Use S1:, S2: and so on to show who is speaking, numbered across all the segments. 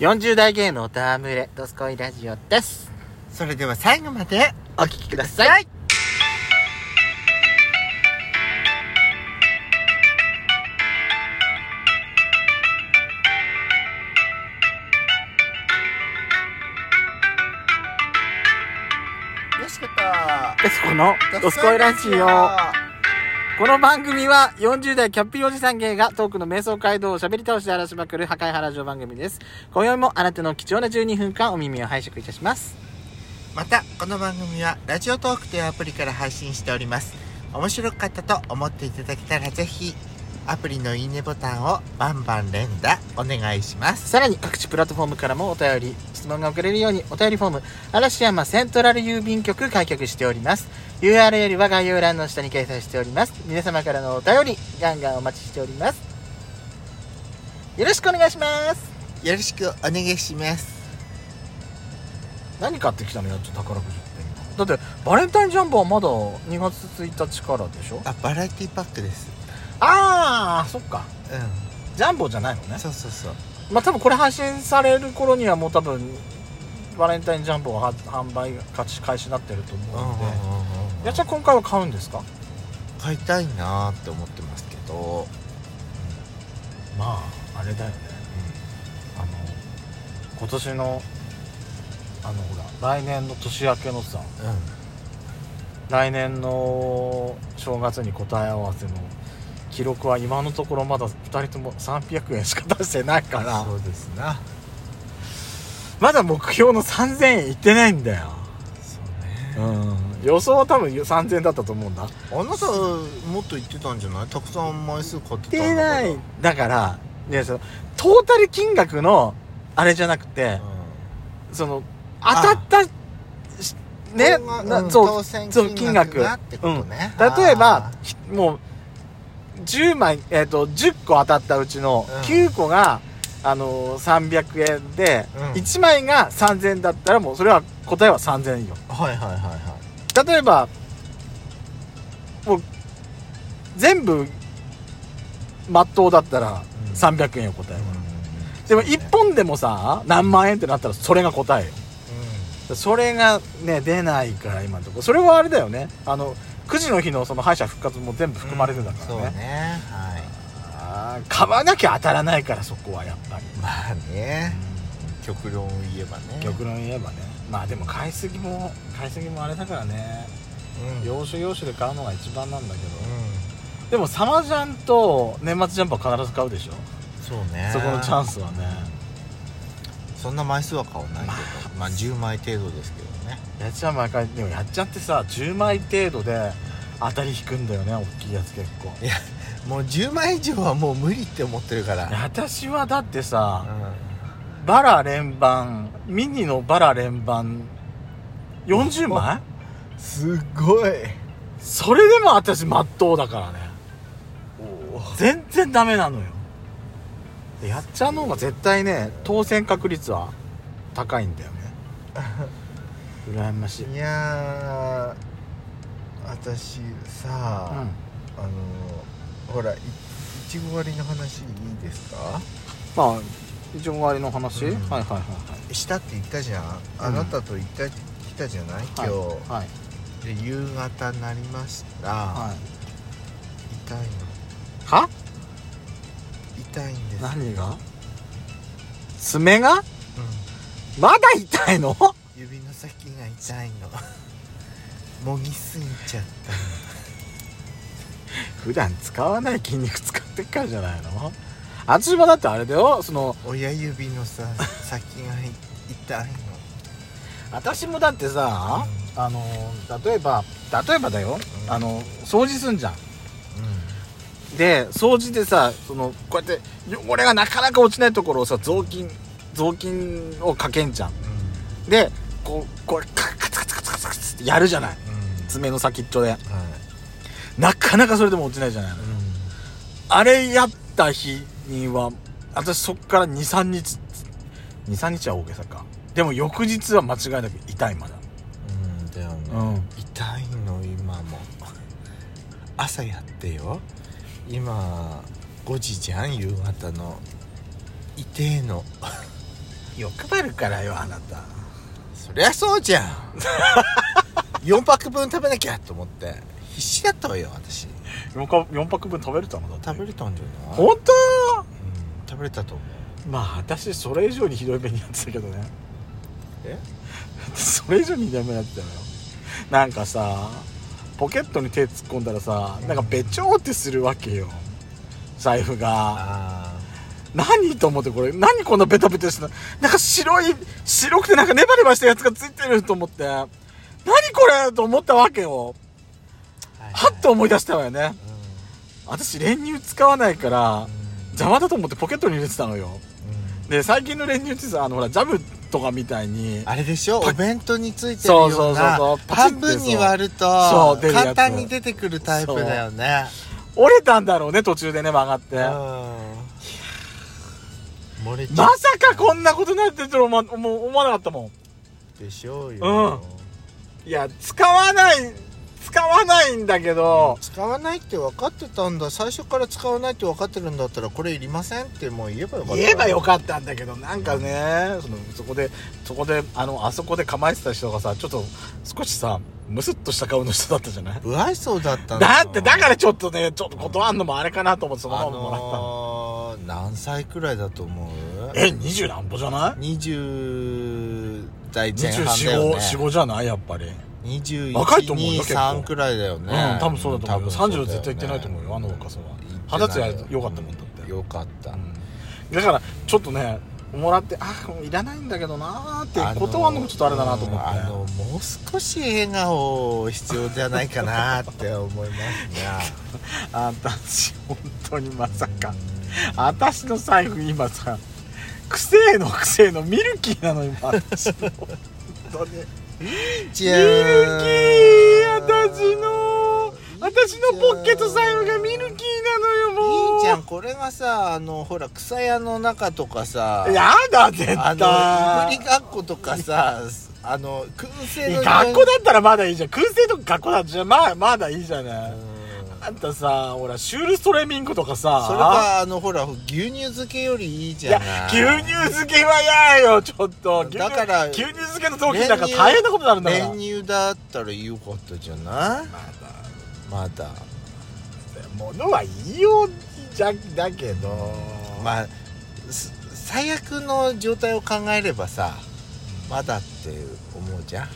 S1: 40代芸能たむれ、ドスコイラジオです。
S2: それでは最後まで
S1: お聞きくだ
S2: くだ
S1: さ
S2: さ
S1: い。
S2: いよしこと
S1: ドスコのドスコイラジオ。この番組は40代キャッピーおじさん芸がトークの瞑想街道を喋り倒して荒らしまくる破壊原城番組です。今宵もあなたの貴重な12分間お耳を拝借いたします。
S2: またこの番組はラジオトークというアプリから配信しております面白かったと思っていただけたらぜひアプリのいいねボタンをバンバン連打お願いします
S1: さらに各地プラットフォームからもお便り、質問が送れるようにお便りフォーム、嵐山セントラル郵便局開局しております。URL は概要欄の下に掲載しております。皆様からのお便り、ガンガンお待ちしております。よろしくお願いします。
S2: よろしくお願いします
S1: 何買ってきたのやっと宝くじって。だって、バレンタインジャンボはまだ2月1日からでしょ
S2: あバラエティパックです
S1: ああそっか
S2: う
S1: ジャンボじゃないのね
S2: んそうそうそう
S1: まあ多分これ配信される頃にはもう多分バレンタインジャンボがは販売勝ち開始になってると思
S2: うん
S1: う
S2: う
S1: ん
S2: ん
S1: で、
S2: うんうん
S1: やっちゃん今回は買うんですか
S2: 買いたいなーって思ってますけど、
S1: まああれだよねあの今年のあのほら来年の年明けのさ
S2: うんうん
S1: 来年の正月に答え合わせの記録は今のところまだ2人とも300円しか出してないから
S2: そうですな
S1: まだ目標の3000円いってないんだよ
S2: そうね
S1: うん予想は多分3000だったと思うんだっ
S2: あなたもっと言ってたんじゃないたくさん枚数買ってた
S1: て
S2: んだから
S1: ないだからいやそのトータル金額のあれじゃなくて、その当たったしねなそうそう金額例えばひもう10枚えっ、と10個当たったうちの
S2: うん
S1: 9個が、あのー300円で、
S2: うん
S1: 1枚が3000円だったらもうそれは答えは3000円よ
S2: はいはいはいは
S1: 例えばもう全部まっとうだったら
S2: うん
S1: 300円よ答えは、
S2: い
S1: でも1本でもさ何万円ってなったらそれが答えよそれがね出ないから今のところそれはあれだよねあの9時の日のその敗者復活も全部含まれてたからね,、
S2: そうねはい
S1: あー買わなきゃ当たらないからそこはやっぱり、
S2: まあね極論を言えばね
S1: 極論言えばねまあでも買いすぎも買いすぎもあれだからね
S2: うん
S1: 要所要所で買うのが一番なんだけど、でもサマジャンと年末ジャンプは必ず買うでしょ
S2: そうね
S1: そこのチャンスはね
S2: そんな枚数は買わないけどまあ10枚程度ですけどね
S1: やっちゃん毎回でもやっちゃんってさ10枚程度で当たり引くんだよね大きいやつ結構
S2: いやもう10枚以上はもう無理って思ってるから
S1: 私はだってさ、
S2: う
S1: バラ連番ミニのバラ連番40枚
S2: んすごい
S1: それでも私まっとうだからね全然ダメなのよでやっちゃんの方が絶対ね当選確率は高いんだよね 羨ましい、うん、
S2: いやー私さ、あのほらいいちご狩りの話いいですか
S1: まあ一応終わりの話、
S2: うん
S1: はいはいはいはい
S2: したって言ったじゃんあなたと言った、来たじゃない今
S1: はい
S2: 日、
S1: はい
S2: で夕方になりました、
S1: はい
S2: 痛いの
S1: は
S2: 痛いんです
S1: 何が爪がまだ痛いの
S2: うん、指の先が痛いの もぎすぎちゃっ
S1: 普段使わない筋肉使ってっからじゃないの私もだってあれだよその
S2: た親指の さ先がい痛い
S1: 私もだってさ、あの例えば例えばだよ、
S2: うん
S1: あの掃除すんじゃん
S2: の
S1: で掃除でさそのこうやって汚れがなかなか落ちないところをさ雑巾雑巾をかけんじゃん
S2: うん
S1: でこうこうカカツカツカツカツカツってやるじゃない
S2: うんうん
S1: 爪の先っちょで
S2: はい
S1: なかなかそれでも落ちないじゃない
S2: うん
S1: あれやった日には、私そっから2、3日、2、3日は大げさか。でも翌日は間違いなく痛いまだ。
S2: うんだよね、
S1: ん。
S2: 痛いの今も朝やってよ今5時じゃん夕方の痛えの
S1: 欲張るからよあなた
S2: そりゃそうじゃん 4パック分食べなきゃと思って必死だったわよ私
S1: 4, か4泊分食べれたのだって
S2: 食べれたんじゃない、うん、
S1: 本当
S2: 食べれたと思う
S1: まあ私それ以上にひどい目に遭ってたけどね
S2: え
S1: それ以上にひどい目に遭ってたのよなんかさポケットに手突っ込んだらさなんかべちょーってするわけよ財布が
S2: あ
S1: 何と思ってこれ何こんなベタベタしてたなんか白い白くてなんかネバネバしたやつがついてると思って何これと思ったわけよ
S2: あは
S1: はっと思い出したわよね
S2: うん
S1: 私練乳使わないから邪魔だと思ってポケットに入れてたのよ
S2: うん
S1: で最近の練乳ってさあのほらジャムとかみたいに
S2: あれでしょ
S1: パ
S2: お弁当についてるような
S1: そうそうそうそうパチンって
S2: 半
S1: そう
S2: 分に割ると
S1: そう出るやつ
S2: 簡単に出てくるタイプだよね
S1: 折れたんだろうね途中でね曲がって
S2: うん漏れちゃ
S1: ま
S2: っ
S1: さかこんなことになってると思わ思思わなかったも
S2: たでしょうよ、
S1: んいや使わない使わないんだけど
S2: 使わないって分かってたんだ最初から使わないって分かってるんだったらこれいりませんってもう言えばよかった
S1: 言えばよかったんだけどなんかねそのそこでそこであのあそこで構えてた人がさちょっと少しさムスッとした顔の人だったじゃない
S2: 不愛想だったん
S1: だってだかららちょっとねちょっと断んのもあれかなと思ってその
S2: あ
S1: ままもらったの、
S2: のー、何歳くらいだと思う
S1: え二十何歩じゃない
S2: 20代前半だよね
S1: 2445じゃないやっぱり若いと思うよ結構
S2: 2123くらいだよね、
S1: うん多分そうだと思うよ
S2: 多分そ
S1: 30絶対行ってないと思うよあの若さは
S2: 行ってない
S1: 二十歳は良かったもんだって
S2: よかった、
S1: だからちょっとねもらってあもういらないんだけどなーって断るのもちょっとあれだなと思って、
S2: あのもう少し笑顔必要じゃないかなって思いますね
S1: あたし本当にま さか私の財布今さくせえのくせえのミルキーなの今私の本当にミルキ
S2: じゃ
S1: ー
S2: ー
S1: 私の私のポッケと財布がミルキーなのよもう
S2: いいじゃんこれがさあのほら草屋の中とかさ
S1: やだ絶対
S2: あのいぶりがっことか さあの燻製の
S1: 学校だったらまだいいじゃん燻製とか学校だったらじゃあまあまだいいじゃない、
S2: うん
S1: あんたさほらシュールストレミングとかさ
S2: それかあのほら牛乳漬けよりいい
S1: い
S2: じゃ
S1: や
S2: ない
S1: 牛乳漬けは嫌よちょっと牛乳
S2: だから
S1: 牛乳漬けの陶器なんか大変なことになるんだから
S2: 練乳だったらよかったじゃない
S1: ま
S2: まだ
S1: だ物はいいよじゃだけど
S2: まあす最悪の状態を考えればさまだって思うじゃん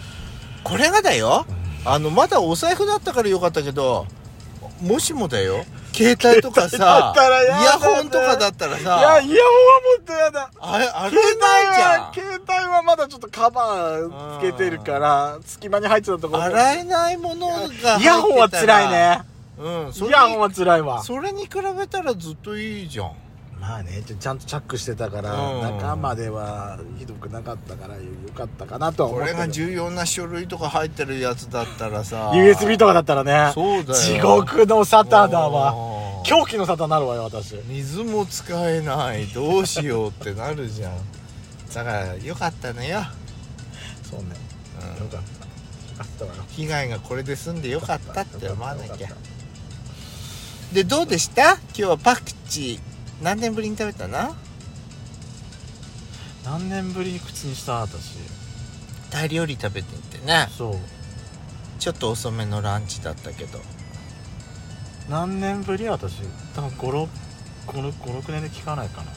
S2: これがだよあのまだお財布だったからよかったけどもしもだよ携帯とか
S1: 携帯だ
S2: さ
S1: ったら
S2: イ
S1: やだね
S2: ヤホンとかだったら
S1: いや
S2: さ
S1: イヤホンはもっとやだ
S2: あれあれ
S1: 携帯
S2: ないじゃ
S1: は
S2: ん
S1: 携帯はまだちょっとカバーつけてるから隙間に入ってたところ
S2: 洗えないものが入ってたら
S1: イヤホンは辛いね
S2: うんそ
S1: イ
S2: れ
S1: ヤホン
S2: に
S1: は辛いわ
S2: それに比べたらずっといいじゃん
S1: まあねちょちゃんとチャックしてたから、
S2: うん
S1: 中まではひどくなかったからよかったかなとは
S2: こ
S1: 思っ
S2: れ
S1: た
S2: が
S1: けど
S2: 重要な書類とか入ってるやつだったらさ
S1: USB とかだったらね
S2: そうだよ
S1: 地獄の沙汰だわ
S2: わ
S1: 狂気の沙汰になるわよ私
S2: 水も使えないどうしようってなるじゃんだからよかったのよ、
S1: そうね
S2: う
S1: よ
S2: ん、
S1: かったよかったわよ
S2: 被害がこれで済んでよかったって思わなき
S1: よ
S2: ゃ
S1: かっ
S2: でどうでした今日はパクチー何年ぶりに食べたな
S1: た何年ぶりに口にした私
S2: タイ料理食べてってね
S1: そう
S2: ちょっと遅めのランチだったけど
S1: 何年ぶり私多分56 56年で聞かないかな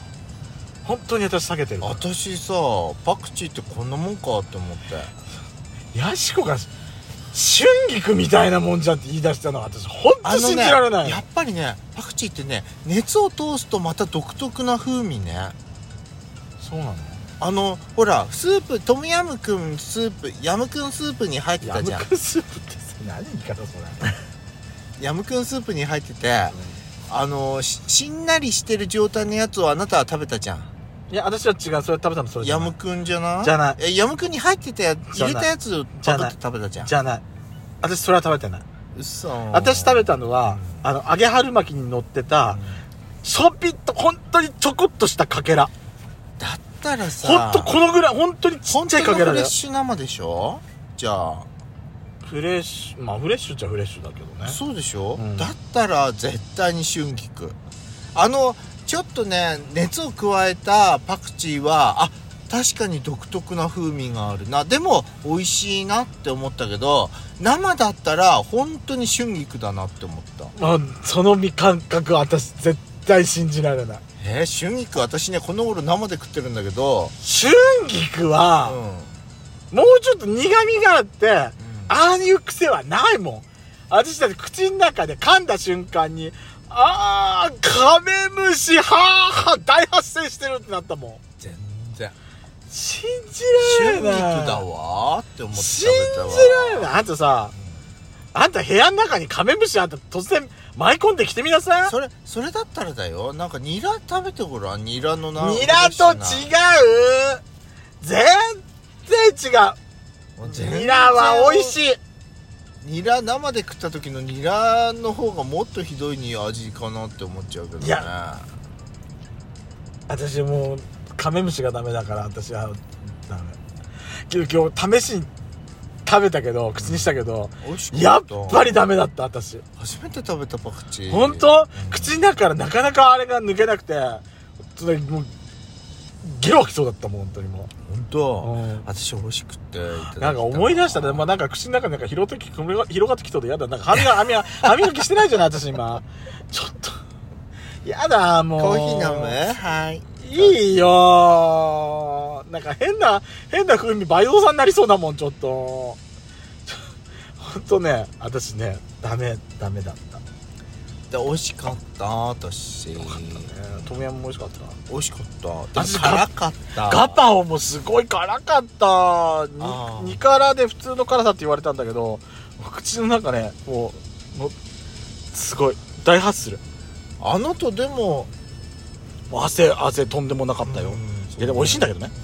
S1: 本当に私避けてるから
S2: 私さパクチーってこんなもんかって思って
S1: ヤシコが春菊みたいなもんじゃんって言い出したのは私本当信じられない
S2: やっぱりねパクチーってね熱を通すとまた独特な風味ね
S1: そうなの
S2: あのほらスープトムヤムクンスープヤムクンスープに入って
S1: ヤ
S2: た
S1: ム
S2: じゃん
S1: クンスープってさ何言い方それ
S2: ヤムクンスープに入っててあのししんなりしてる状態のやつをあなたは食べたじゃん
S1: いや私は違うそれ食べたのそれじ
S2: ヤ
S1: ゃな
S2: ム
S1: い
S2: クンじゃない
S1: じゃない
S2: えヤムクンに入ってたや
S1: じゃな
S2: 入
S1: い
S2: れたやつ
S1: じ
S2: パ
S1: ゃ
S2: ク
S1: な
S2: っ
S1: い
S2: て食べたじゃん
S1: じゃない私それは食べてない
S2: 嘘。
S1: 私食べたのはあの揚げ春巻きに乗ってたちょびっと本当にちょこっとしたかけら
S2: だったらさ
S1: 本当このぐらい本当にちっ
S2: 本
S1: ちゃ
S2: 当
S1: い
S2: の
S1: か
S2: フ
S1: けらだ
S2: レッ
S1: よ
S2: シュ生でしょじゃあ
S1: フレッシュまあフレッシュっちゃフレッシュだけどね
S2: そうでしょ、
S1: うん
S2: だったら絶対に春菊あのちょっとね熱を加えたパクチーはあ確かに独特な風味があるなでも美味しいなって思ったけど生だったら本当に春菊だなって思った
S1: あその味感覚私絶対信じられない
S2: えー、春菊私ねこの頃生で食ってるんだけど
S1: 春菊は、もうちょっと苦味があって、ああいう癖はないもん私たち口の中で噛んだ瞬間にあーカメムシはーはー大発生してるってなったもん
S2: 全然
S1: 信じら
S2: 春
S1: れ
S2: 菊
S1: ない
S2: だわーって思って食
S1: 信
S2: べ
S1: じ
S2: たわ
S1: られないあんたさあんた部屋の中にカメムシあんた突然舞い込んできてみなさい
S2: それそれだったらだよなんかニラ食べてごらんニラのな
S1: ニラと違う全然違うニラは美味
S2: い
S1: しい
S2: ニラ生で食った時のニラの方がもっとひどいに味かなって思っちゃうけどね
S1: いや私もうカメムシがダメだから私はダメ今日今日試しに食べたけど口にしたけど、
S2: 美味し
S1: やっぱ
S2: り
S1: りダメだった私、
S2: 初めて食べたパクチー
S1: 本当
S2: うん
S1: 口の中からなかなかあれが抜けなくてそれもうゲロ吐きそうだったもん本当にも
S2: 本当、
S1: うん
S2: 私美味しくていただき
S1: う
S2: た
S1: なんか思い出したね、まあ、なんか口の中でなんか広がってき広がってきそうで嫌だなんか歯磨き 歯磨き歯磨きしてないじゃない私今ちょっとやだもう
S2: コーヒー飲むはい
S1: いいよーなんか変な、変な風味、倍増さんになりそうだもん、ちょっと。ちょほんとね、私ね、ダメ、ダメだった。ね、
S2: で美味しかった私
S1: トムヤムも美味しかった。
S2: 美味しかった
S1: 私
S2: でも辛かった
S1: ガパオもすごい辛かった。
S2: ー
S1: に煮辛で普通の辛さって言われたんだけど、口の中ね、もう、もうすごい、大発する。
S2: あのとでも
S1: もう汗、汗とんでもなかったよ。
S2: うん
S1: いや、でも美味しいんだけどね。
S2: うん